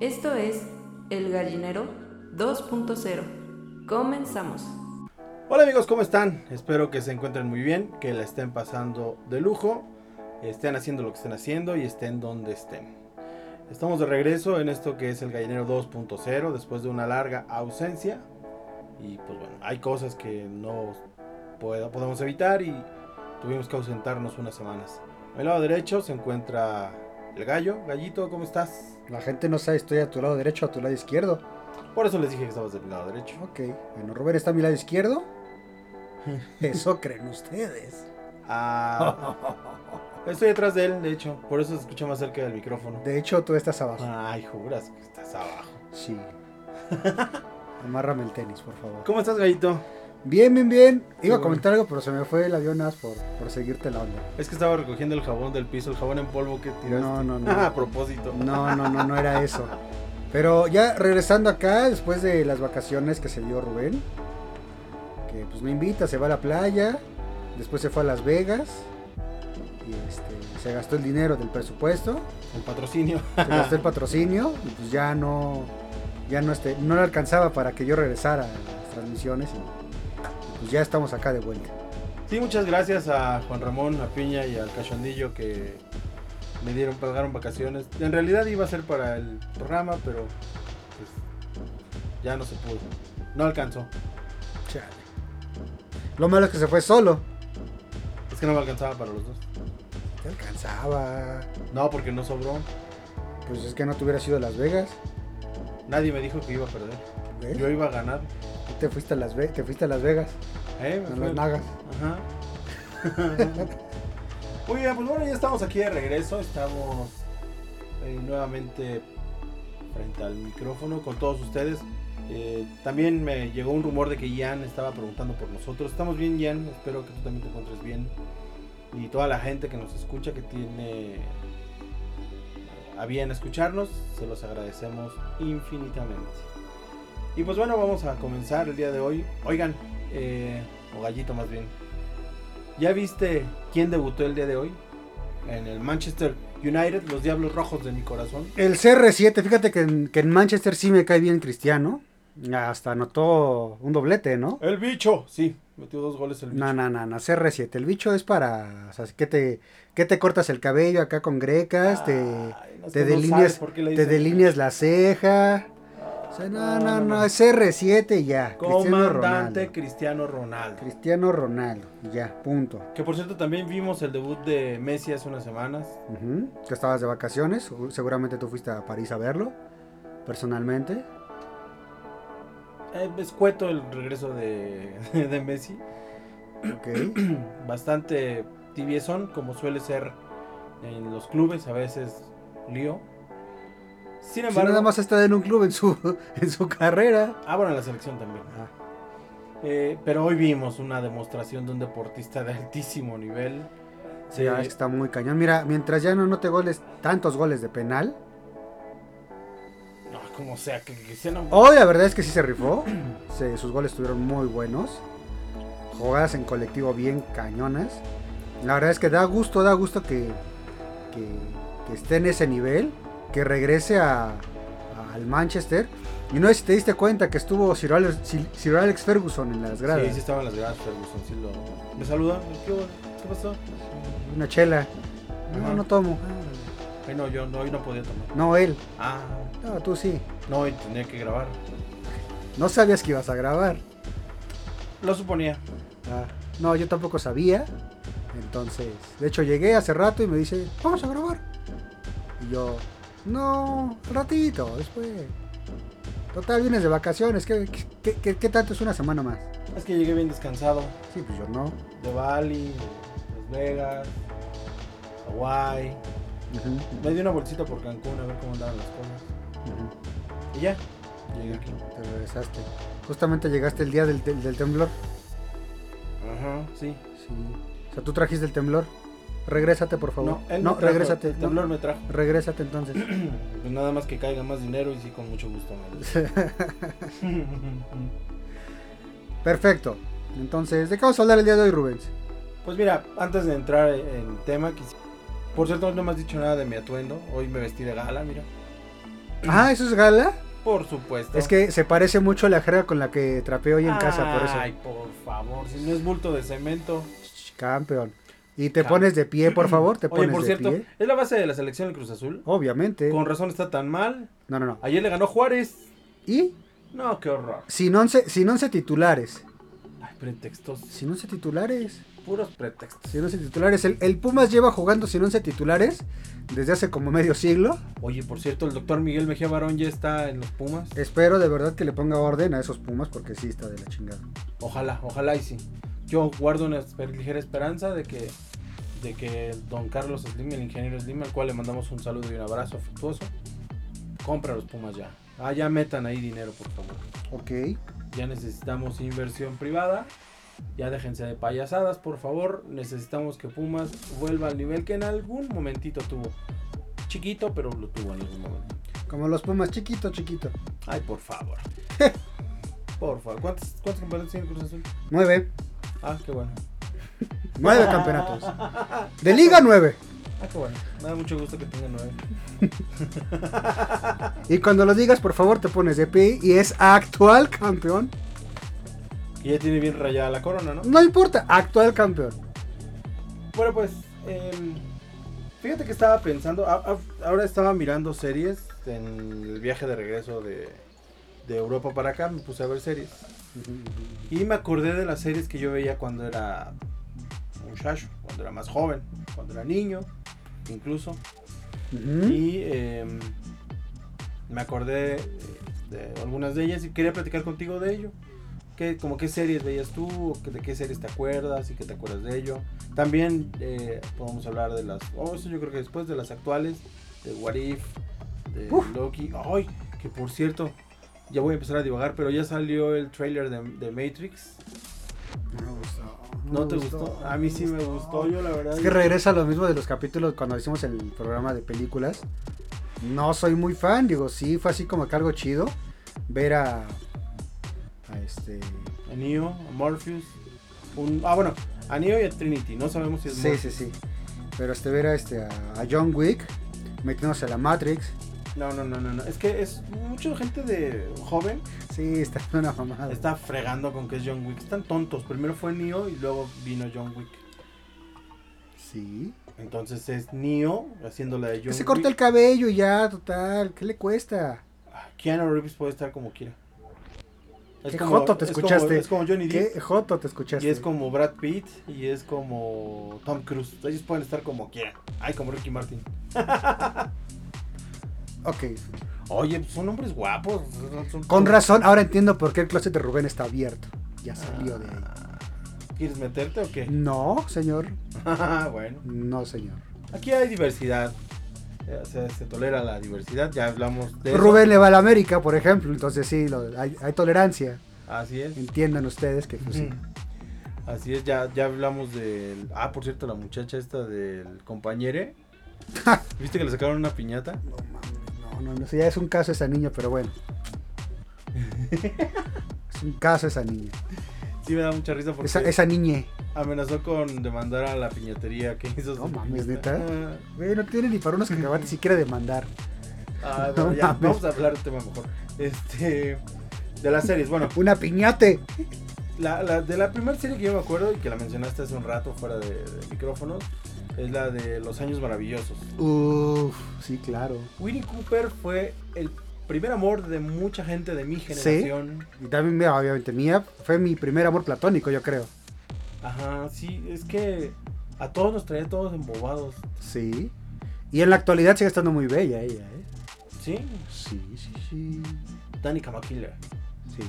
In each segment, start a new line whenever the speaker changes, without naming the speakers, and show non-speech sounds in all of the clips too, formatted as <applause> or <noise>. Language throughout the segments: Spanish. Esto es El Gallinero 2.0. Comenzamos.
Hola amigos, ¿cómo están? Espero que se encuentren muy bien, que la estén pasando de lujo, estén haciendo lo que estén haciendo y estén donde estén. Estamos de regreso en esto que es el Gallinero 2.0 después de una larga ausencia. Y pues bueno, hay cosas que no pod- podemos evitar y tuvimos que ausentarnos unas semanas. A mi lado derecho se encuentra el gallo. Gallito, ¿cómo estás?
La gente no sabe, estoy a tu lado derecho o a tu lado izquierdo.
Por eso les dije que estabas de mi lado derecho.
Ok, bueno, Robert está a mi lado izquierdo. <laughs> Eso creen ustedes.
Ah, estoy detrás de él, de hecho. Por eso se escucha más cerca del micrófono.
De hecho, tú estás abajo.
Ay, juras que estás abajo.
Sí. <laughs> Amárrame el tenis, por favor.
¿Cómo estás, gallito?
Bien, bien, bien.
Qué
Iba a
bueno.
comentar algo, pero se me fue el avión nada más por, por seguirte la onda.
Es que estaba recogiendo el jabón del piso, el jabón en polvo que tiraste. Ah, <laughs>
No, no, no.
a propósito.
No, no, no, no era eso. Pero ya regresando acá, después de las vacaciones que se dio Rubén, que pues me invita, se va a la playa, después se fue a Las Vegas, y este, se gastó el dinero del presupuesto,
El patrocinio. <laughs>
se gastó el <laughs> patrocinio, y pues ya no, ya no, este, no le alcanzaba para que yo regresara a las transmisiones, y, y pues ya estamos acá de vuelta.
Sí, muchas gracias a Juan Ramón, a Piña y al Cachondillo que me dieron, pagaron vacaciones. En realidad iba a ser para el programa, pero pues, ya no se pudo. No alcanzó.
Chale. Lo malo es que se fue solo.
Es que no me alcanzaba para los dos.
Te alcanzaba.
No, porque no sobró.
Pues es que no te hubiera sido a Las Vegas.
Nadie me dijo que iba a perder.
¿ves?
Yo iba a ganar.
Te fuiste a Las, Ve- te fuiste a Las Vegas,
¿Eh? Me
a
fue-
Las Nagas.
Ajá. <laughs> Muy bien, pues bueno, ya estamos aquí de regreso. Estamos eh, nuevamente frente al micrófono con todos ustedes. Eh, también me llegó un rumor de que Ian estaba preguntando por nosotros. Estamos bien, Ian. Espero que tú también te encuentres bien. Y toda la gente que nos escucha, que tiene eh, a bien escucharnos, se los agradecemos infinitamente. Y pues bueno, vamos a comenzar el día de hoy. Oigan, eh, o gallito más bien. ¿Ya viste quién debutó el día de hoy? En el Manchester United, los Diablos Rojos de mi corazón.
El CR7, fíjate que en, que en Manchester sí me cae bien Cristiano. Hasta anotó un doblete, ¿no?
El bicho, sí, metió dos goles el bicho.
No, no, no, no, CR7. El bicho es para. O sea, que te, que te cortas el cabello acá con grecas, te,
Ay, no, es
este, te
que no
delineas-
sabes por qué le
te
dicen.
delineas la ceja. O sea, no, no, no, es CR7 y ya. Cristiano
Comandante
Ronaldo.
Cristiano Ronaldo.
Cristiano Ronaldo, y ya, punto.
Que por cierto, también vimos el debut de Messi hace unas semanas.
Ujú. Tú estabas de vacaciones, seguramente tú fuiste a París a verlo, personalmente.
Eh, es cueto el regreso de, <laughs> de Messi.
<clears throat> Ok.
Bastante tibiezón, como suele ser en los clubes, a veces lío. Sin
Si
embargo,
nada más está en un club en su, <laughs> en su carrera.
Ah, bueno, en la selección también.
Ah,
Eh, pero hoy vimos una demostración de un deportista de altísimo nivel. Se-
Ya ah, está muy cañón. Mira, mientras ya no note goles, tantos goles de penal.
no, como sea, que Cristiano.
Hoy la verdad es que sí se <clears throat> rifó. Se- sus goles estuvieron muy buenos. Jugadas en colectivo bien cañonas. La verdad es que da gusto, da gusto que, que- que esté en ese nivel. Que regrese a- al Manchester. Y no sé si te diste cuenta que estuvo Sir Alex, Sir- Sir Alex Ferguson en las gradas.
Sí, sí estaban las gradas, Ferguson. Sí lo... Me saluda. ¿Qué, hubo? ¿Qué pasó?
Una chela.
Ajá.
No, no tomo.
Ay, no, yo no, hoy no podía tomar.
No, él.
Ah,
No, tú sí.
no, hoy tenía que grabar.
No sabías que ibas a grabar.
Lo suponía.
Ah, no, yo tampoco sabía. Entonces, de hecho llegué hace rato y me dice, vamos a grabar. Y yo, no, al ratito, después. Total, vienes de vacaciones, ¿qué, qué, qué- qué tanto es una semana más?
Es que llegué bien descansado.
Sí, pues yo no.
De Bali, de Las Vegas, Hawái.
Ujú,
Me di una bolsita por Cancún a ver cómo andaban las cosas.
ujú.
Y ya, llegué aquí.
Te regresaste. Justamente llegaste el día del, del- del temblor.
Ajá, sí.
Sí. O sea, tú trajiste el temblor. Regrésate, por favor.
No, él me trajo,
regrésate.
El
no,
temblor me trajo. <clears throat>
regrésate entonces.
Pues nada más que caiga más dinero y sí, con mucho gusto.
<laughs>
<laughs> man.
Perfecto. Entonces, ¿de qué vamos a hablar el día de hoy, Rubens?
pues mira, antes de entrar en tema, quisi- por cierto, no me has dicho nada de mi atuendo. Hoy me vestí de gala, mira.
Ah, ¿eso es gala?
Por supuesto.
Es que se parece mucho a la jerga con la que trapeo hoy en casa, por eso.
Ay, por favor, si no es bulto de cemento.
Ch, Campeón. Y te
Campeón.
pones de
<clears throat>
pie, por favor, te
Oye,
pones
por
de
cierto,
pie.
es la base de la selección del Cruz Azul.
Obviamente.
Con razón está tan mal.
No, no, no.
Ayer le ganó Juárez.
Y
No, qué horror.
sin 11, sin 11 titulares.
Ay, pretextos.
Sin 11 titulares.
Puros pretextos.
Sin 11 titulares. El, el Pumas lleva jugando sin 11 titulares desde hace como medio siglo.
Oye, por cierto, el doctor Miguel Mejía Barón ya está en los Pumas.
Espero de verdad que le ponga orden a esos Pumas porque sí está de la chingada.
Ojalá, ojalá y sí. Yo guardo una esper- ligera esperanza de que, de que el don Carlos Slim, el ingeniero Slim, al cual le mandamos un saludo y un abrazo afectuoso, compra los Pumas ya. Ah, ya metan ahí dinero, por favor.
Ok.
Ya necesitamos inversión privada. Ya déjense de payasadas, por favor. Necesitamos que Pumas vuelva al nivel que en algún momentito tuvo. Chiquito, pero lo tuvo en algún momento.
Como los Pumas, chiquito, chiquito.
Ay, por favor. <laughs> por favor. ¿Cuántos, cuántos campeonatos tiene el Cruz Azul?
Nueve.
Ah, qué bueno.
Nueve campeonatos. De Liga nueve.
Ah, qué bueno. Me da mucho gusto que tenga nueve.
Y cuando lo digas, por favor, te pones de pie y es actual campeón.
Que ya tiene bien rayada la corona, ¿no?
No importa, actual campeón.
Bueno, pues. em, fíjate que estaba pensando. a- a- ahora estaba mirando series en el viaje de regreso de, de Europa para acá. Me puse a ver series. Y me acordé de las series que yo veía cuando era muchacho, cuando era más joven, cuando era niño, incluso.
Ujú.
Y em, me acordé eh, de algunas de ellas y quería platicar contigo de ello. ¿Qué, como qué series veías tú? o que- ¿De qué series te acuerdas y qué te acuerdas de ello? También eh, podemos hablar de las... Oh, eso yo creo que después de las actuales, de What If, de
Uf.
Loki. ¡Ay! Que por cierto, ya voy a empezar a divagar, pero ya salió el trailer de, de Matrix.
No me gustó,
¿No,
me
te gustó? A mí sí me gustó, yo la verdad.
Es que regresa lo mismo de los capítulos cuando hicimos el programa de películas. No soy muy fan, digo, sí, fue así como que algo chido ver a, a este...
A Neo, a Morpheus. un- ah, bueno, a Neo y a Trinity. No sabemos si es
Sí, sí, sí. Pero este ver a, este, a, a John Wick metiéndose a la Matrix.
No, no, no, no, no. Es que es mucha gente de joven
Sí, está <laughs> una mamada.
está fregando con que es John Wick. Están tontos. Primero fue Neo y luego vino John Wick.
Sí.
Entonces es Neo haciéndola de John
Que se
Wick.
corta el cabello y ya, total. ¿Qué le cuesta?
Ah, Keanu Reeves puede estar como quiera.
Qué joto te
es
escuchaste.
Como, es como Johnny Depp.
¿Qué joto te escuchaste?
Y es como Brad Pitt y es como Tom Cruise. Ellos pueden estar como quieran. Ay, como Ricky Martin.
Ok.
Oye, pues son hombres guapos. son-
Con
son-
razón, ahora entiendo por qué el closet de Rubén está abierto. Ya salió de ahí.
Ah, ¿Quieres meterte o qué? <laughs>
No, señor.
bueno.
No, señor.
Aquí hay diversidad. Eh, o sea, se tolera la diversidad, ya hablamos de eso.
Rubén le va a la América, por ejemplo. Entonces sí, lo- hay, hay tolerancia.
Así es.
Entiendan ustedes que pues, sí.
Así es, ya, ya hablamos del. Ah, por cierto, la muchacha esta del
<laughs>
compañere. ¿Viste que le sacaron una piñata?
No mames, no, no, no sé, ya es un caso esa niña,
<laughs>
pero bueno. Es un caso esa niña.
Sí, me da mucha risa porque
Esa, esa niñe.
amenazó con demandar a la piñatería que hizo.
No
su
mames,
piñata.
Güey, no tiene ni para unos cacahuates siquiera de mandar.
Ah, bueno,
<laughs> No
ya,
mames.
vamos a hablar del tema mejor. Este. De las series, bueno,
¡Una piñate!
La, la- de la primera serie que yo me acuerdo y que la mencionaste hace un rato fuera de, de micrófonos es la de Los Años Maravillosos.
Uff, sí, claro.
Winnie Cooper fue el primer amor de mucha gente de mi generación.
Y también, mira, obviamente, mía fue mi primer amor platónico, yo creo.
Ajá, sí, es que a todos nos traía todos embobados.
Sí. Y en la actualidad sigue estando muy bella ella, ¿eh?
Sí,
Sí, sí, sí.
Danny Kamakiller.
sí.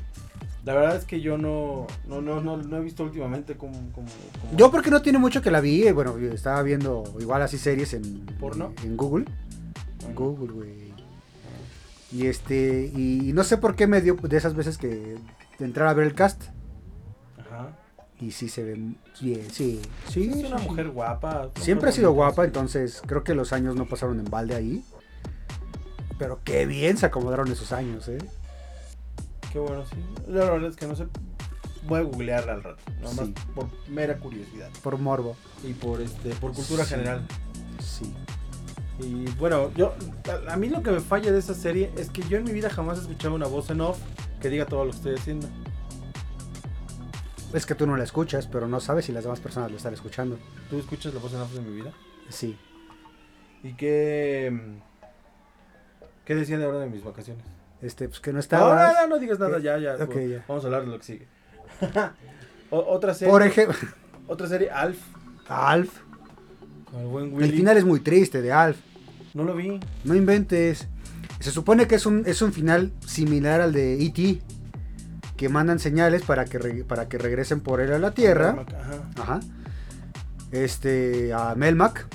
La verdad es que yo no, no, no, no, no he visto últimamente como... como- como-
Yo porque no tiene mucho que la vi, eh, bueno, yo estaba viendo igual así series en,
¿Porno?
en Google. En Google, güey. Y este, y no sé por qué me dio de esas veces que de entrar a ver el cast.
Ajá.
Y sí se ve bien, sí, sí.
Es
sí,
una
sí.
mujer guapa.
Siempre ha sido
bonita.
guapa, entonces creo que los años no pasaron en balde ahí. Pero qué bien se acomodaron esos años, ¿eh?
Qué bueno, sí. La verdad es que no sé. Voy a googlearla al rato. Nada más
Sí.
por mera curiosidad.
Por morbo.
Y por este. Por cultura
Sí.
general.
Sí.
Y bueno, yo a, a mí lo que me falla de esa serie es que yo en mi vida jamás he escuchado una voz en off que diga todo lo que estoy haciendo.
Es que tú no la escuchas, pero no sabes si las demás personas lo están escuchando.
¿Tú escuchas la voz en off de mi vida?
Sí.
¿Y qué, mm, qué decían de ahora de mis vacaciones?
Este, pues que no
No, no,
estabas.
no, no digas nada,
¿Qué?
ya, ya.
Ok, ya.
Vamos a hablar de lo que sigue. <laughs> O- otra serie,
Por ejemplo,
otra serie, Alf,
<laughs> Alf.
con el buen
El
Willy.
final es muy triste de Alf.
No lo vi.
No inventes. Se supone que es un, es un final similar al de E.T. Que mandan señales para que, re- para que regresen por él a la Tierra.
Ajá.
Ajá. Este, a Melmac.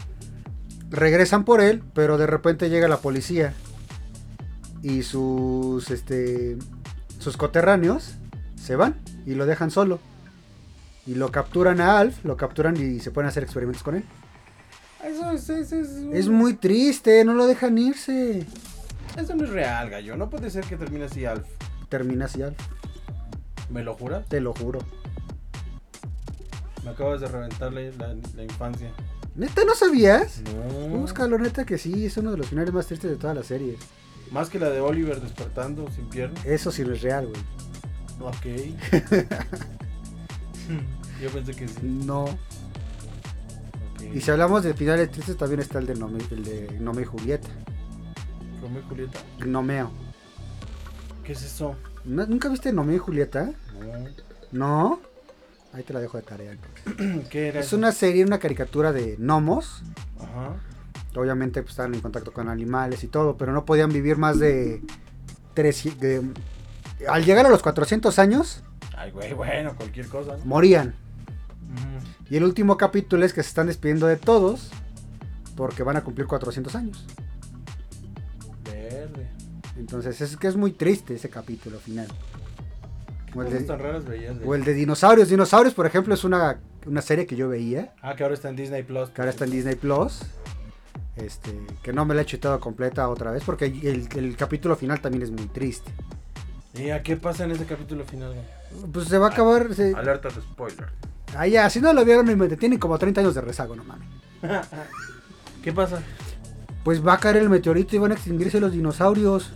Regresan por él, pero de repente llega la policía. Y sus, este, sus coterráneos se van y lo dejan solo. Y lo capturan a Alf, lo capturan y se ponen a hacer experimentos con él.
Eso es, eso es,
Es muy triste, no lo dejan irse.
Eso no es real, gallo. No puede ser que termine así, Alf.
Termina así Alf.
¿Me lo juras?
Te lo juro.
Me acabas de reventar la, la- la infancia.
¿Neta no sabías?
No.
Búscalo, neta que sí, es uno de los finales más tristes de toda la serie.
Más que la de Oliver despertando sin pierna.
Eso sí no es real, güey. <laughs>
Ok. Yo pensé que sí.
No.
Ok.
Y si hablamos de finales tristes, también está el de Nome, el de Gnome y Julieta.
Romeo y Julieta.
Gnomeo.
¿Qué es eso?
¿No- ¿Nunca viste Gnome y Julieta?
No.
No. Ahí te la dejo de tarea. entonces.
¿Qué era
Es
eso?
una serie, una caricatura de gnomos.
Ajá.
Obviamente pues, estaban en contacto con animales y todo, pero no podían vivir más de... 300 de- al llegar a los 400 años,
Ay, güey, bueno, cualquier cosa. ¿no?
morían.
Ujú.
Y el último capítulo es que se están despidiendo de todos porque van a cumplir 400 años.
Verde.
Entonces es que es muy triste ese capítulo final.
¿Qué
O el,
cosas tan
de,
raras veías? güey?
o el de dinosaurios. Dinosaurios, por ejemplo, es una, una serie que yo veía,
Ah, que ahora está en Disney Plus.
que ahora está en Disney Plus. Este, que no me la he chutado completa otra vez porque el, el capítulo final también es muy triste.
¿Y a qué pasa en ese capítulo final? güey?
Pues se va a acabar. Se,
Alerta de spoiler.
ah, ya, si no lo vieron, no inventen, tienen como 30 años de rezago, no mames.
<laughs> ¿Qué pasa?
Pues va a caer el meteorito y van a extinguirse los dinosaurios.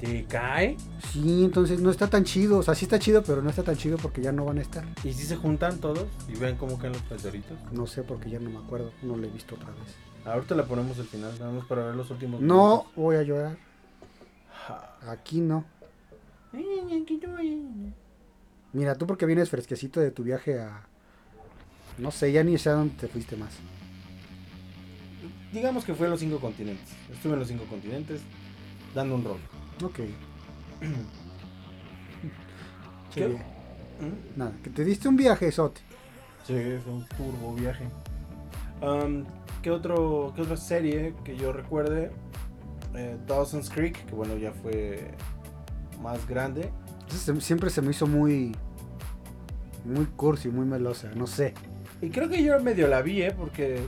¿Te cae?
Sí, entonces no está tan chido. O sea, sí está chido, pero no está tan chido porque ya no van a estar.
¿Y si se juntan todos y ven cómo caen los meteoritos?
No sé porque ya no me acuerdo. No lo he visto otra vez.
Ahorita le ponemos el final, nada más para ver los últimos.
No voy a llorar.
minutos.
Aquí no. Mira, tú porque vienes fresquecito de tu viaje a... No sé, ya ni sé a dónde te fuiste más.
Digamos que fue a los cinco continentes. Estuve en los cinco continentes dando un rol. <clears throat>
Ok.
¿Qué?
Sí,
¿Mm?
Nada, que te diste un viaje, Sote.
Sí, fue un turbo viaje. Am, ¿qué, otro, ¿Qué otra serie que yo recuerde? Eh, Dawson's Creek, que bueno, ya fue más grande.
Entonces, se- siempre se me hizo muy... Muy cursi, muy melosa, no sé.
Y creo que yo medio la vi, ¿eh? Porque...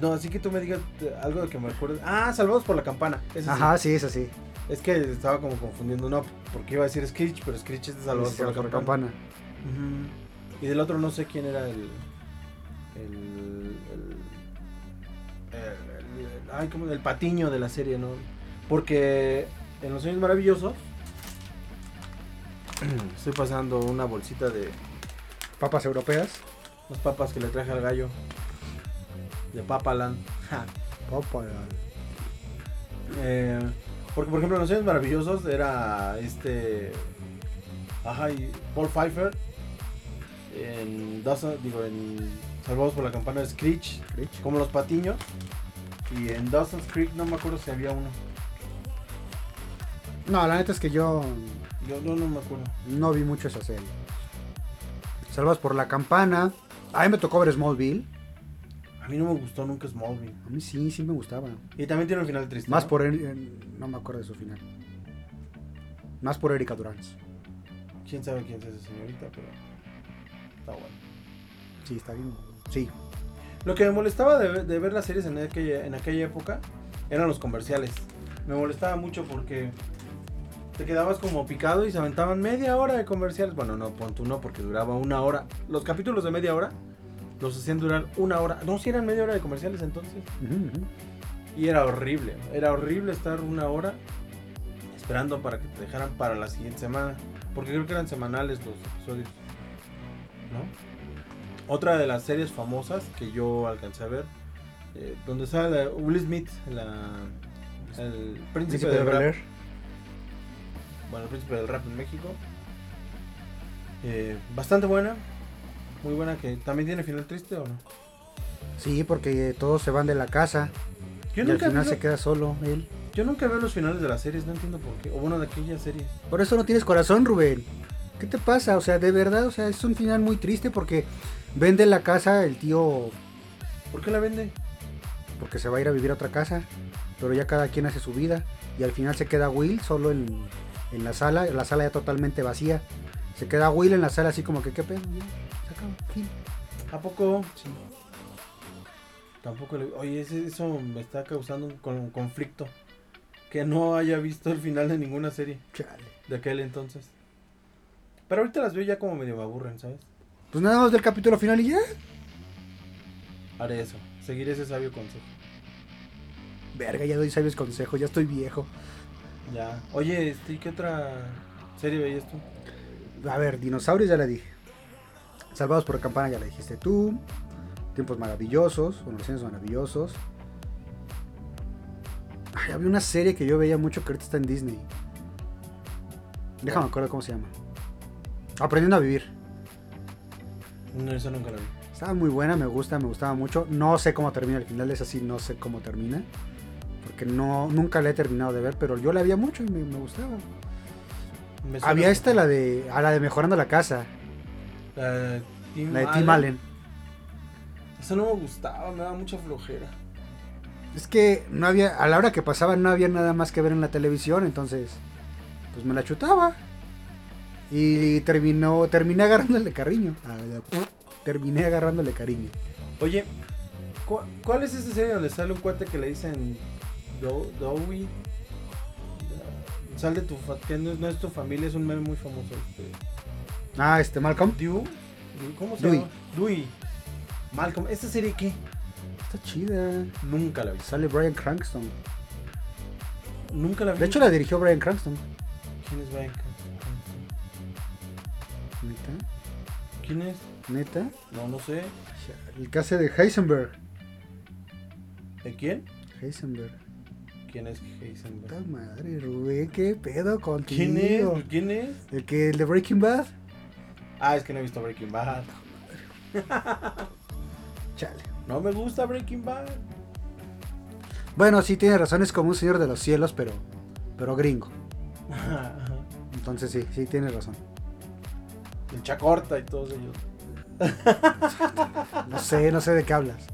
No, así que tú me digas eh, algo de que me recuerdes. Ah, Salvados por la Campana. ese sí.
Ajá, sí, es así.
Es que estaba como confundiendo, no, porque iba a decir Screech, pero Screech es de Salvados por la Campana. Ujú. Y del otro no sé quién era el... El... el- el- el- ay, ¿cómo? El patiño de la serie, ¿no? Porque en Los Años Maravillosos... <clears throat> Estoy pasando una bolsita de...
Papas europeas.
Las papas que le traje al gallo. De Papaland. <laughs> Ja.
Papa.
Eh, porque, por ejemplo, en Los Años Maravillosos era este. Ajá, y Paul Pfeiffer. En Dawson- digo, en Salvados por la Campana Screech. Como los patiños. Y en Dawson's Creek no me acuerdo si había uno.
No, la neta es que yo
Yo no, no me acuerdo.
no vi mucho esa serie. Salvas por la campana. A mí me tocó ver Smallville.
A mí no me gustó nunca Smallville.
A mí sí, sí me gustaba.
Y también tiene un final triste.
Más
¿no?
por... Er- en- no me acuerdo de su final. Más por Erika Durán.
Quién sabe quién es esa señorita, pero. Está bueno.
Sí, está bien. Sí.
Lo que me molestaba de, ver- de ver las series en aquella, en aquella época eran los comerciales. Me molestaba mucho porque te quedabas como picado y se aventaban media hora de comerciales. Bueno, no, pon tú no, porque duraba una hora. Los capítulos de media hora Nos hacían durar una hora. No, si eran media hora de comerciales entonces.
Ujú, ujú.
Y era horrible. Era horrible estar una hora esperando para que te dejaran para la siguiente semana. Porque creo que eran semanales los episodios. ¿No? Otra de las series famosas que yo alcancé a ver. eh, donde sale Will Smith, la, el príncipe,
Príncipe
del
de
rap.
Bel-Air.
Bueno, el príncipe del rap en México. Eh, bastante buena. Muy buena que también tiene final triste o no.
Sí, porque eh, todos se van de la casa.
Yo
y al
nunca,
final
vi
se
lo-
queda solo él.
yo nunca veo los finales de las series, no entiendo por qué. O bueno, de aquellas series.
Por eso no tienes corazón, Rubén. ¿Qué te pasa? O sea, de verdad, o sea, es un final muy triste porque vende la casa el tío
¿Por qué la vende?
porque se va a ir a vivir a otra casa. Pero ya cada quien hace su vida. Y al final se queda Will solo en, en la sala. La sala ya totalmente vacía. Se queda Will en la sala así como que, ¿qué pedo? Ya, se acabó, fin.
¿A poco? Tampoco le... Oye, ese- eso me está causando un con- conflicto. Que no haya visto el final de ninguna serie
Chale.
de aquel entonces. Pero ahorita las veo ya como medio me aburren, ¿sabes?
Pues nada más del capítulo final y ya.
Haré eso. Seguiré ese sabio consejo.
Verga, ya doy sabios consejos, ya estoy viejo.
Ya. Oye, este, ¿qué otra serie veías tú?
A ver, dinosaurios ya la dije. Salvados por la campana ya la dijiste tú. Tiempos maravillosos, conocimientos maravillosos. Ay, había una serie que yo veía mucho que ahorita está en Disney. Déjame acuerdo cómo se llama. Aprendiendo a vivir.
No, eso nunca la vi.
Estaba muy buena, me gusta, me gustaba mucho. No sé cómo termina el final, es así, no sé cómo termina. Porque no, nunca la he terminado de ver, pero yo la veía mucho y me, me gustaba.
Me suena-
Había esta, la de, a la de Mejorando la Casa,
La de Tim,
Ah, la de Tim Allen.
Eso no me gustaba, me daba mucha flojera.
Es que no había, a la hora que pasaba no había nada más que ver en la televisión, entonces pues me la chutaba. Y terminó, terminé agarrándole cariño. Ah, ya, Terminé agarrándole cariño.
Oye, ¿cu- ¿cuál es esa serie donde sale un cuate que le dicen Do- Dowie? Da- Sal de tu fa- que no, no es tu familia, es un meme muy famoso. Este.
Ah, este Malcolm.
Dew, Dew, ¿cómo se
Dewey.
llama? Dewey. Malcolm, ¿esta serie qué?
Está chida.
Nunca la vi.
Sale Brian Cranston.
Nunca la vi.
De hecho la dirigió Brian Cranston.
¿Quién es Brian Cranston?
Neta,
¿Quién es?
neta.
No, no sé.
El que hace de Heisenberg.
¿De quién?
Heisenberg.
¿Quién es Heisenberg?
Puta madre, Rubén, qué pedo
¿Quién
contigo.
es? ¿Quién es?
El que el de Breaking Bad.
Ah, es que no he visto Breaking Bad.
Chale.
No me gusta Breaking Bad. <laughs>
Bueno, sí tiene razón, es como un señor de los cielos, pero, pero gringo. Entonces sí, sí tienes razón.
El Chacorta y todos ellos.
No sé, no sé de qué hablas.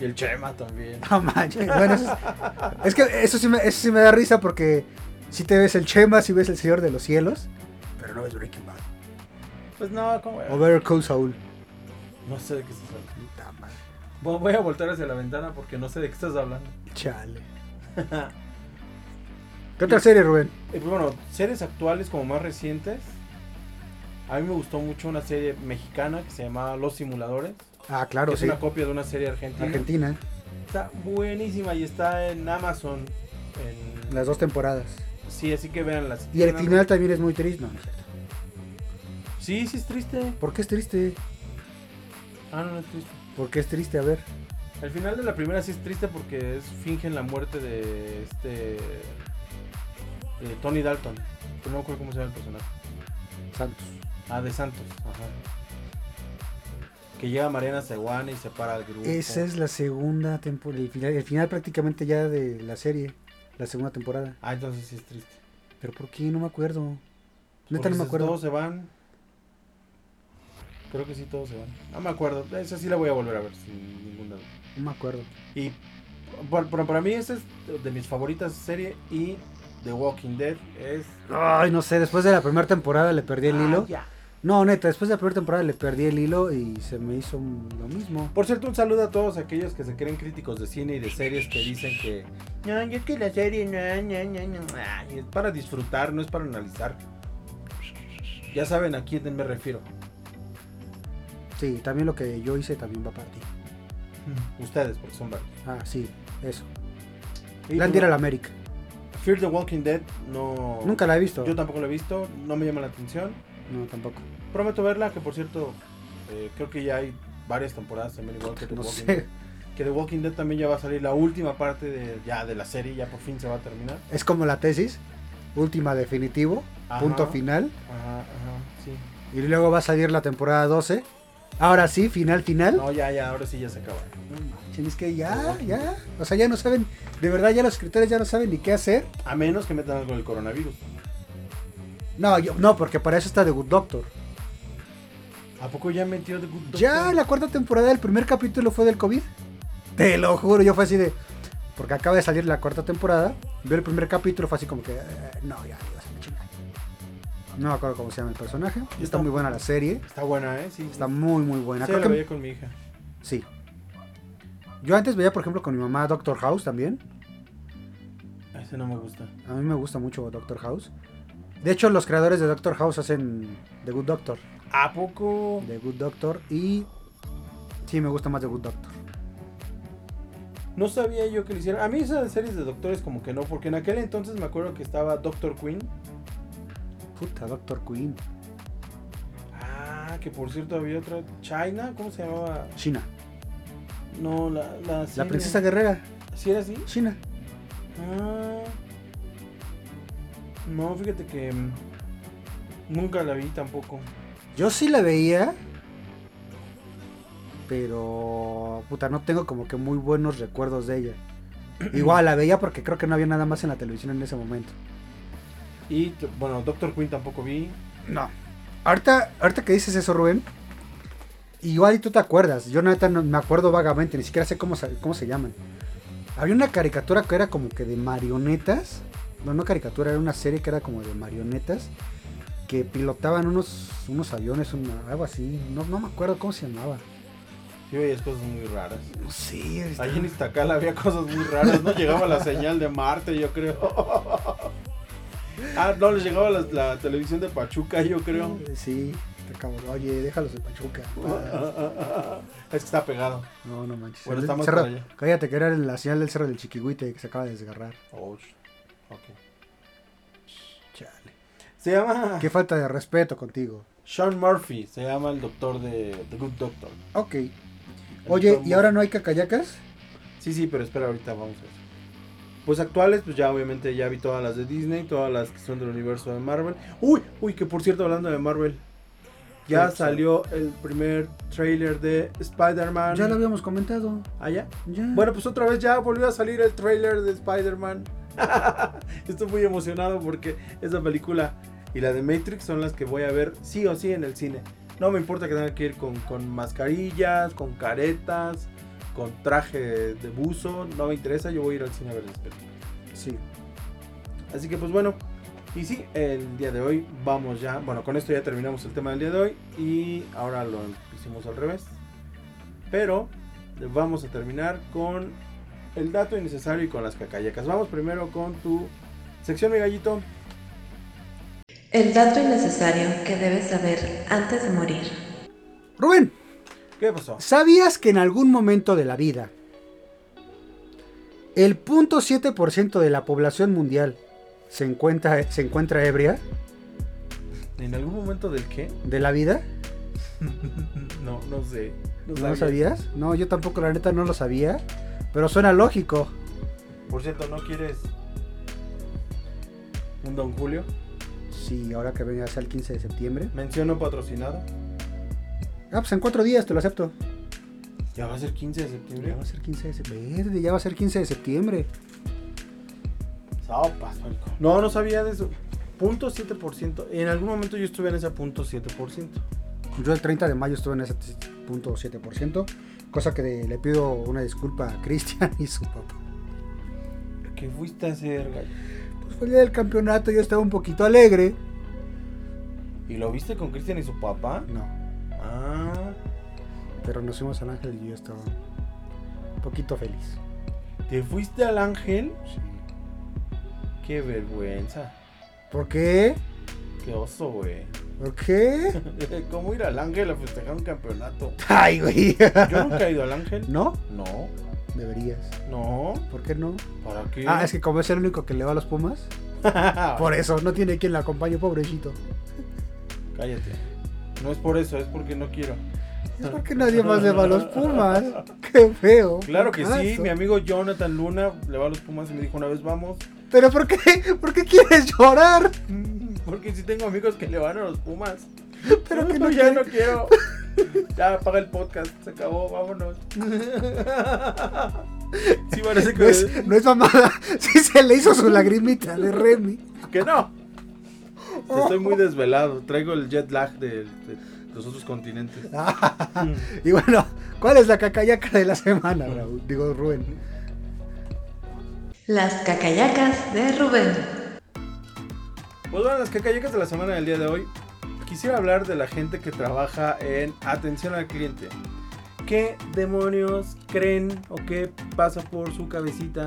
Y el Chema también.
<laughs> No manches. Bueno, eso es, es que eso sí, me, eso sí me da risa porque si te ves el Chema, si ves el Señor de los Cielos, pero no ves Breaking Bad.
Pues no, ¿cómo era?
O Better Call Saul.
No sé de qué estás hablando.
Puta madre,
Vo- Voy a voltear hacia la ventana porque no sé de qué estás hablando.
Chale. ¿Qué otra serie, Rubén?
Y pues bueno, series actuales como más recientes. A mí me gustó mucho una serie mexicana que se llamaba Los Simuladores.
Ah,
que
claro,
es
sí.
una copia de una serie argentina.
Argentina,
Está buenísima y está en Amazon. En...
las dos temporadas.
Sí, así que vean las.
Y el final también es muy triste. No, no es cierto.
Sí, sí es triste.
¿Por qué es triste?
Ah, no, no es triste.
¿Por qué es triste? A ver.
El final de la primera sí es triste porque es, fingen la muerte de este. de Tony Dalton. Pero no me acuerdo cómo se llama el personaje.
Santos.
Ah, de Santos. Ajá. Que llega Mariana Seguana y separa al grupo.
Esa es la segunda temporada. El final, el final prácticamente ya de la serie. La segunda temporada.
Ah, entonces sí es triste.
¿Pero por qué? No me acuerdo. Neta,
Porque
no me
dices,
acuerdo.
Todos se van. Creo que sí, todos se van. No me acuerdo. Esa sí la voy a volver a ver sin ninguna duda.
No me acuerdo.
Y por- por- para mí esa es de mis favoritas serie y The Walking Dead es...
Ay, no sé. Después de la primera temporada le perdí el
Ah,
hilo.
ya.
No, neta, después de la primera temporada le perdí el hilo y se me hizo un- lo mismo.
Por cierto, un saludo a todos aquellos que se creen críticos de cine y de series que dicen que... No, yo es que la serie... No, no, no, no". Ay, es para disfrutar, no es para analizar. Ya saben a quién me refiero.
Sí, también lo que yo hice también va para ti.
Ustedes, porque son varios.
Ah, sí, eso.
Y
Plan de ir a la América.
Fear the Walking Dead no.
Nunca la he visto.
Yo tampoco la he visto, no me llama la atención.
No, tampoco.
Prometo verla, que por cierto, eh, creo que ya hay varias temporadas también igual que The
No
Walking
sé. <laughs>
Dead. Que The Walking Dead también ya va a salir la última parte de, ya de la serie, ya por fin se va a terminar.
Es como la tesis. Última definitivo.
Ajá.
Punto final.
Ajá, ajá, sí.
Y luego va a salir la temporada 12. Ahora sí, final, final.
No, ya, ya, ahora sí ya se acaba.
Chin, Es que ya, ya. O sea, ya no saben. De verdad, ya los escritores ya no saben ni qué hacer.
A menos que metan algo del coronavirus.
No, yo- no, porque para eso está The Good Doctor.
¿A poco ya metió The Good Doctor?
Ya la cuarta temporada del primer capítulo fue del COVID. Te lo juro, yo fue así de. Porque acaba de salir la cuarta temporada. Veo el primer capítulo, fue así como que. eh, no, ya, ya se me chinga. No me acuerdo cómo se llama el personaje. Está muy buena la serie.
Está buena, ¿eh? Sí.
Está muy, muy
sí,
buena.
la
Creo que-
veía con mi hija.
Sí. Yo antes veía, por ejemplo, con mi mamá Doctor House también.
Ese no me gusta.
A mí me gusta mucho Doctor House. De hecho, los creadores de Doctor House hacen The Good Doctor.
¿A poco?
The Good Doctor y... Sí, me gusta más The Good Doctor.
No sabía yo que lo hicieron. A mí esas series de doctores como que no, porque en aquel entonces me acuerdo que estaba Doctor Queen.
Puta, Doctor Queen.
Ah, que por cierto había otra. China, ¿cómo se llamaba?
China.
No, la. La,
La
serie-
princesa guerrera.
¿Sí era así?
China.
Ah. No, fíjate que. mm, Nunca la vi tampoco.
Yo sí la veía. Pero... Puta, no tengo como que muy buenos recuerdos de ella. Igual la veía porque creo que no había nada más en la televisión en ese momento.
Y t- bueno, Doctor Queen tampoco vi.
No. Ahorita, ahorita que dices eso, Rubén, igual y tú te acuerdas. Yo neta no me acuerdo vagamente, ni siquiera sé cómo se, cómo se llaman. Había una caricatura que era como que de marionetas. No, no caricatura, era una serie que era como de marionetas. Que pilotaban unos, unos aviones, una- algo así. No, no me acuerdo cómo se llamaba.
Yo veía cosas muy
<laughs>
raras.
No sé. está-
Allí en Iztacala había cosas muy raras. No llegaba la señal de Marte, yo creo. <laughs> Ah, no, les llegaba la, la televisión de Pachuca, yo creo.
Sí, está cabrón. Oye, déjalos
<laughs>
de Pachuca.
Ah, Es que está pegado.
No, no manches.
Bueno,
El
estamos
cerro-
por allá.
cállate, que era la señal del cerro del Chiquihuite que se acaba de desgarrar.
Oh, sh- ok.
Chale.
Se llama
Qué falta de respeto contigo.
Sean Murphy, se llama el doctor de The Good Doctor.
Ok.
El
Oye,
doctor
¿y ahora no hay cacayacas?
Sí, sí, pero espera, ahorita vamos a eso. Pues actuales, pues ya obviamente ya vi todas las de Disney, todas las que son del universo de Marvel. Uy, uy, que por cierto, hablando de Marvel, ya
Sí, sí.
salió el primer trailer de Spider-Man.
Ya lo habíamos comentado.
Ah, ya.
Ya.
Bueno, pues otra vez ya volvió a salir el trailer de Spider-Man. <laughs> Estoy muy emocionado porque esa película y la de Matrix son las que voy a ver sí o sí en el cine. No me importa que tenga que ir con, con mascarillas, con caretas, con traje de buzo. No me interesa, yo voy a ir al cine a ver las películas.
sí.
Así que pues bueno. Y sí, el día de hoy vamos ya. Bueno, con esto ya terminamos el tema del día de hoy. Y ahora lo hicimos al revés. Pero vamos a terminar con el dato innecesario y con las cacayacas. Vamos primero con tu sección, mi gallito.
El dato innecesario que debes saber antes de morir.
Rubén,
¿Qué pasó?
¿sabías que en algún momento de la vida el 0.7% de la población mundial se encuentra, se encuentra ebria
¿En algún momento del qué?
de la vida?
No, no sé. No
¿No lo
sabía.
sabías? No, yo tampoco, la neta, no lo sabía. Pero suena lógico.
Por cierto, ¿no quieres un Don Julio?
Sí, ahora que venga sea el 15 de septiembre.
Menciono patrocinado.
Ah, pues en cuatro días te lo acepto.
Ya va a ser 15 de septiembre.
Ya va a ser 15 de septiembre. Verde, Ya va a ser 15 de septiembre.
Sopas, marico. No, no sabía de eso. Punto 7%. En algún momento yo estuve en ese punto 7%.
Yo el 30 de mayo estuve en ese 0.7%, cosa que le pido una disculpa a Cristian <laughs> y su papá.
¿Qué fuiste a hacer, gallo?
Pues fue el día del campeonato, yo estaba un poquito alegre.
¿Y lo viste con Cristian y su papá?
No,
Ah.
pero nos fuimos al Ángel y yo estaba un poquito feliz.
¿Te fuiste al ángel? Qué vergüenza.
¿Por qué?
Qué oso, güey.
¿Ok?
<laughs> ¿Cómo ir al Ángel a festejar un campeonato?
<laughs> Ay, güey. <laughs>
Yo nunca he ido al Ángel.
¿No?
No,
Deberías.
no.
¿Por qué no?
¿Para qué? Ah. <laughs>
Ah, es que como es el único que le va a los Pumas, por eso no tiene quien la acompañe, pobrecito.
Cállate. No es por eso, es porque no quiero.
Es
<laughs>
porque nadie más le va a los Pumas. Qué feo.
Claro que sí,
Fracaso.
mi amigo Jonathan Luna le va a los Pumas y me dijo una vez vamos.
Pero ¿por qué? ¿Por qué quieres llorar?
<laughs> Porque sí tengo amigos que le van a los Pumas. <laughs> Pues
Pero que no
ya
quiere-
no quiero. Ya, apaga el podcast, se acabó,
<laughs>
vámonos. Sí, parece
No
que,
es, no es mamada. <laughs> Sí se le hizo su lagrimita de Remy.
que no.
oh.
Estoy muy desvelado, traigo el jet lag de, de los otros continentes.
Ah, y bueno, ¿cuál es la cacayaca de la semana, Raúl? Digo, Rubén.
Las cacayacas de Rubén.
Pues bueno, las cacayecas de la semana del día de hoy. Quisiera hablar de la gente que trabaja en atención al cliente. ¿Qué demonios creen o qué pasa por su cabecita?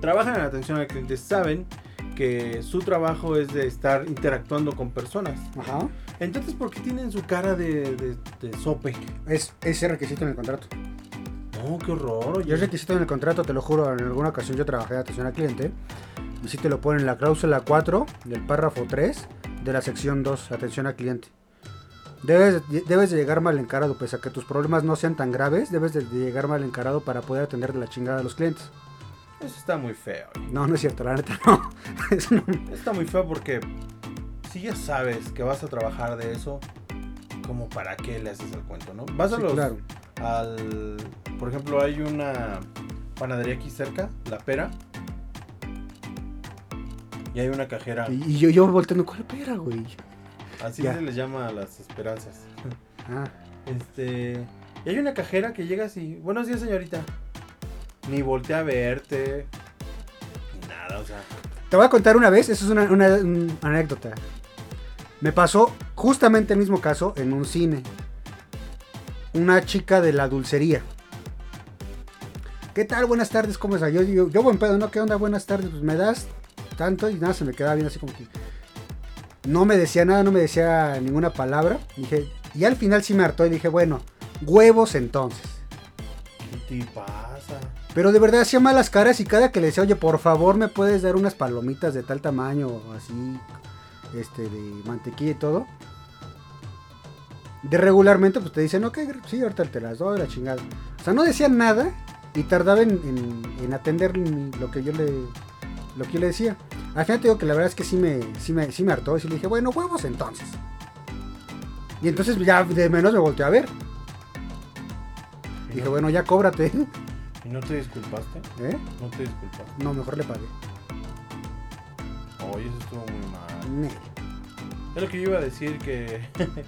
Trabajan en atención al cliente, saben que su trabajo es de estar interactuando con personas.
Ajá.
Entonces, ¿por qué tienen su cara de, de- de sope?
Es ese requisito en el contrato.
No, qué horror.
Yo
oye.
es requisito en el contrato, te lo juro, en alguna ocasión yo trabajé de atención al cliente. Y si te lo ponen en la cláusula 4 del párrafo 3 de la sección 2, atención al cliente. Debes, debes de llegar mal encarado, pese a que tus problemas no sean tan graves, debes de llegar mal encarado para poder atender de la chingada a los clientes.
Eso está muy feo. oye.
No, no es cierto, la neta no. <laughs> Es una-
Está muy feo porque si ya sabes que vas a trabajar de eso, como para qué le haces el cuento, ¿no? Vas a
Sí,
los,
claro.
al por ejemplo hay una panadería aquí cerca la pera y hay una cajera
Y, y yo, yo volteando, ¿cuál pera, güey?
así
ya.
se les llama a las esperanzas
Ah,
este y hay una cajera que llega así buenos días señorita ni voltea a verte ni nada o sea
Te voy a contar una vez, eso es una, una- un- anécdota. Me pasó justamente el mismo caso en un cine. Una chica de la dulcería. ¿Qué tal? Buenas tardes, ¿cómo estás? Yo, yo, yo buen pedo, ¿no? ¿Qué onda? Buenas tardes, pues me das tanto y nada, se me quedaba bien así como que... No me decía nada, no me decía ninguna palabra. Dije, y al final sí me hartó y dije, bueno, huevos entonces.
qué te pasa
Pero de verdad hacía malas caras y cada que le decía, oye, por favor, me puedes dar unas palomitas de tal tamaño, o así, este, de mantequilla y todo. De regularmente, pues te dicen, ok, sí, ahorita te las doy, la chingada. O sea, no decía nada y tardaba en, en- en atender mi- lo que yo le, lo que yo le decía. Al final te digo que la verdad es que sí me, sí me, sí me hartó y sí le dije, bueno, huevos entonces. Y entonces ya de menos me volteé a ver.
Y
Dije,
no-
bueno, ya cóbrate, <laughs>
y no te disculpaste
¿eh?
no te disculpaste
No, mejor le pagué.
oye eso estuvo muy mal
Ne.
Es lo que yo iba a decir que <laughs>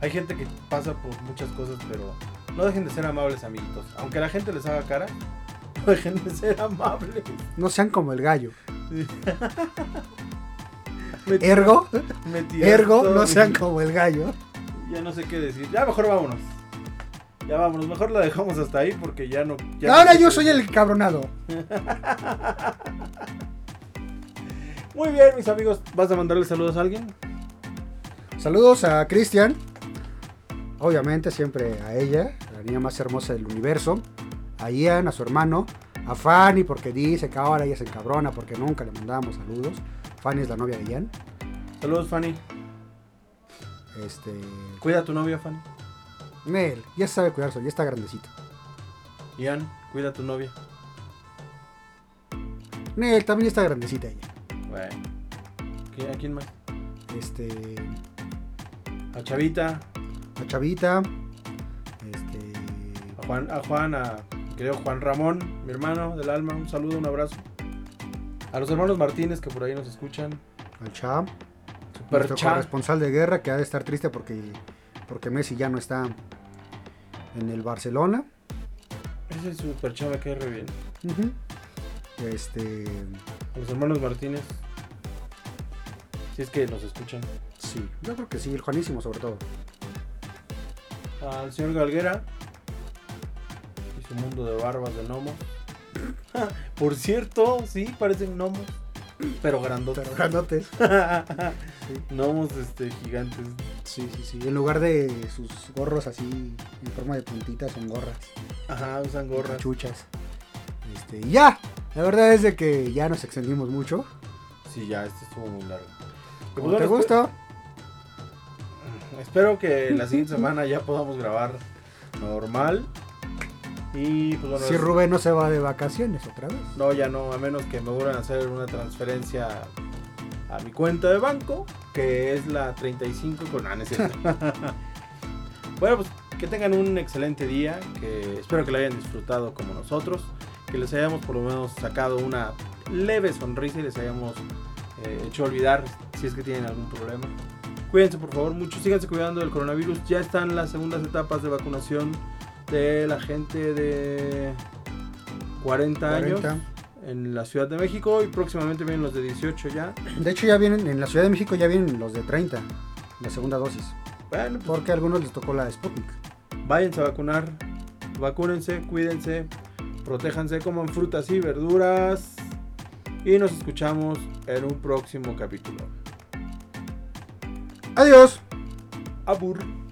hay gente que pasa por muchas cosas, pero no dejen de ser amables, amiguitos. Aunque la gente les haga cara, <laughs> no dejen de ser amables.
No sean como el gallo.
Me tira- <laughs>
Ergo,
me tira
Er- ergo,
todo
no
mi-
sean como el gallo.
Ya no sé qué decir. Ya mejor vámonos. Ya vámonos. Mejor la dejamos hasta ahí porque ya no. ya no
Ahora
sé
yo
qué
soy
decir.
el cabronado.
Muy bien, mis amigos. ¿Vas a mandarle saludos a alguien?
Saludos a Cristian. Obviamente, siempre a ella, la niña más hermosa del universo. A Ian, a su hermano. A Fanny, porque dice que ahora ella se encabrona porque nunca le mandábamos saludos. Fanny es la novia de Ian.
Saludos, Fanny.
Este.
Cuida a tu novia, Fanny.
Nel, ya sabe cuidarse, ya está grandecito.
Ian, cuida a tu novia.
Nel, también ya está grandecita ella.
Bueno. ¿Qué- ¿A quién más?
Este.
A Chavita,
A Chavita. Este.
a Juan, a Juan, a mi querido Juan Ramón, mi hermano del alma, un saludo, un abrazo. A los hermanos Martínez que por ahí nos escuchan.
Al Cham.
Super
nuestro
cha.
corresponsal de guerra que ha de estar triste porque, porque Messi ya no está en el Barcelona.
Ese super cha me cae re bien.
Este.
A los hermanos Martínez. Si es que nos escuchan.
Sí, yo creo que sí, el Juanísimo sobre todo.
Al señor Galguera. <laughs> Y su mundo de barbas de gnomos. por cierto, sí, parecen gnomos. Pero grandote.
Pero grandotes.
<laughs> Gnomos este, gigantes.
Sí, sí, sí. En lugar de sus gorros así en forma de puntitas, son gorras.
Ajá, usan gorras.
Chuchas. Este, y ya. La verdad es de que ya nos extendimos mucho.
Sí, ya, este estuvo muy largo. Pues
Como
bueno,
te
espe-
gusta.
Espero que la siguiente semana ya podamos grabar normal. Y pues bueno,
Si Rubén no se va de vacaciones otra vez.
no, ya no, a menos que me vuelvan a hacer una transferencia a mi cuenta de banco, que es la 35 con ah, no es cierto. bueno, pues que tengan un excelente día, que espero que lo hayan disfrutado como nosotros, que les hayamos por lo menos sacado una leve sonrisa y les hayamos eh, hecho olvidar si es que tienen algún problema. Cuídense por favor mucho, síganse cuidando del coronavirus. Ya están las segundas etapas de vacunación de la gente de 40 años
40.
en la Ciudad de México y próximamente vienen los de 18 ya.
De hecho ya vienen, en la Ciudad de México ya vienen los de 30, la segunda dosis.
Bueno, pues
Porque a algunos les tocó la Sputnik.
váyanse a vacunar, vacúnense, cuídense, protéjanse, coman frutas y verduras y nos escuchamos en un próximo capítulo.
Adiós.
Abur.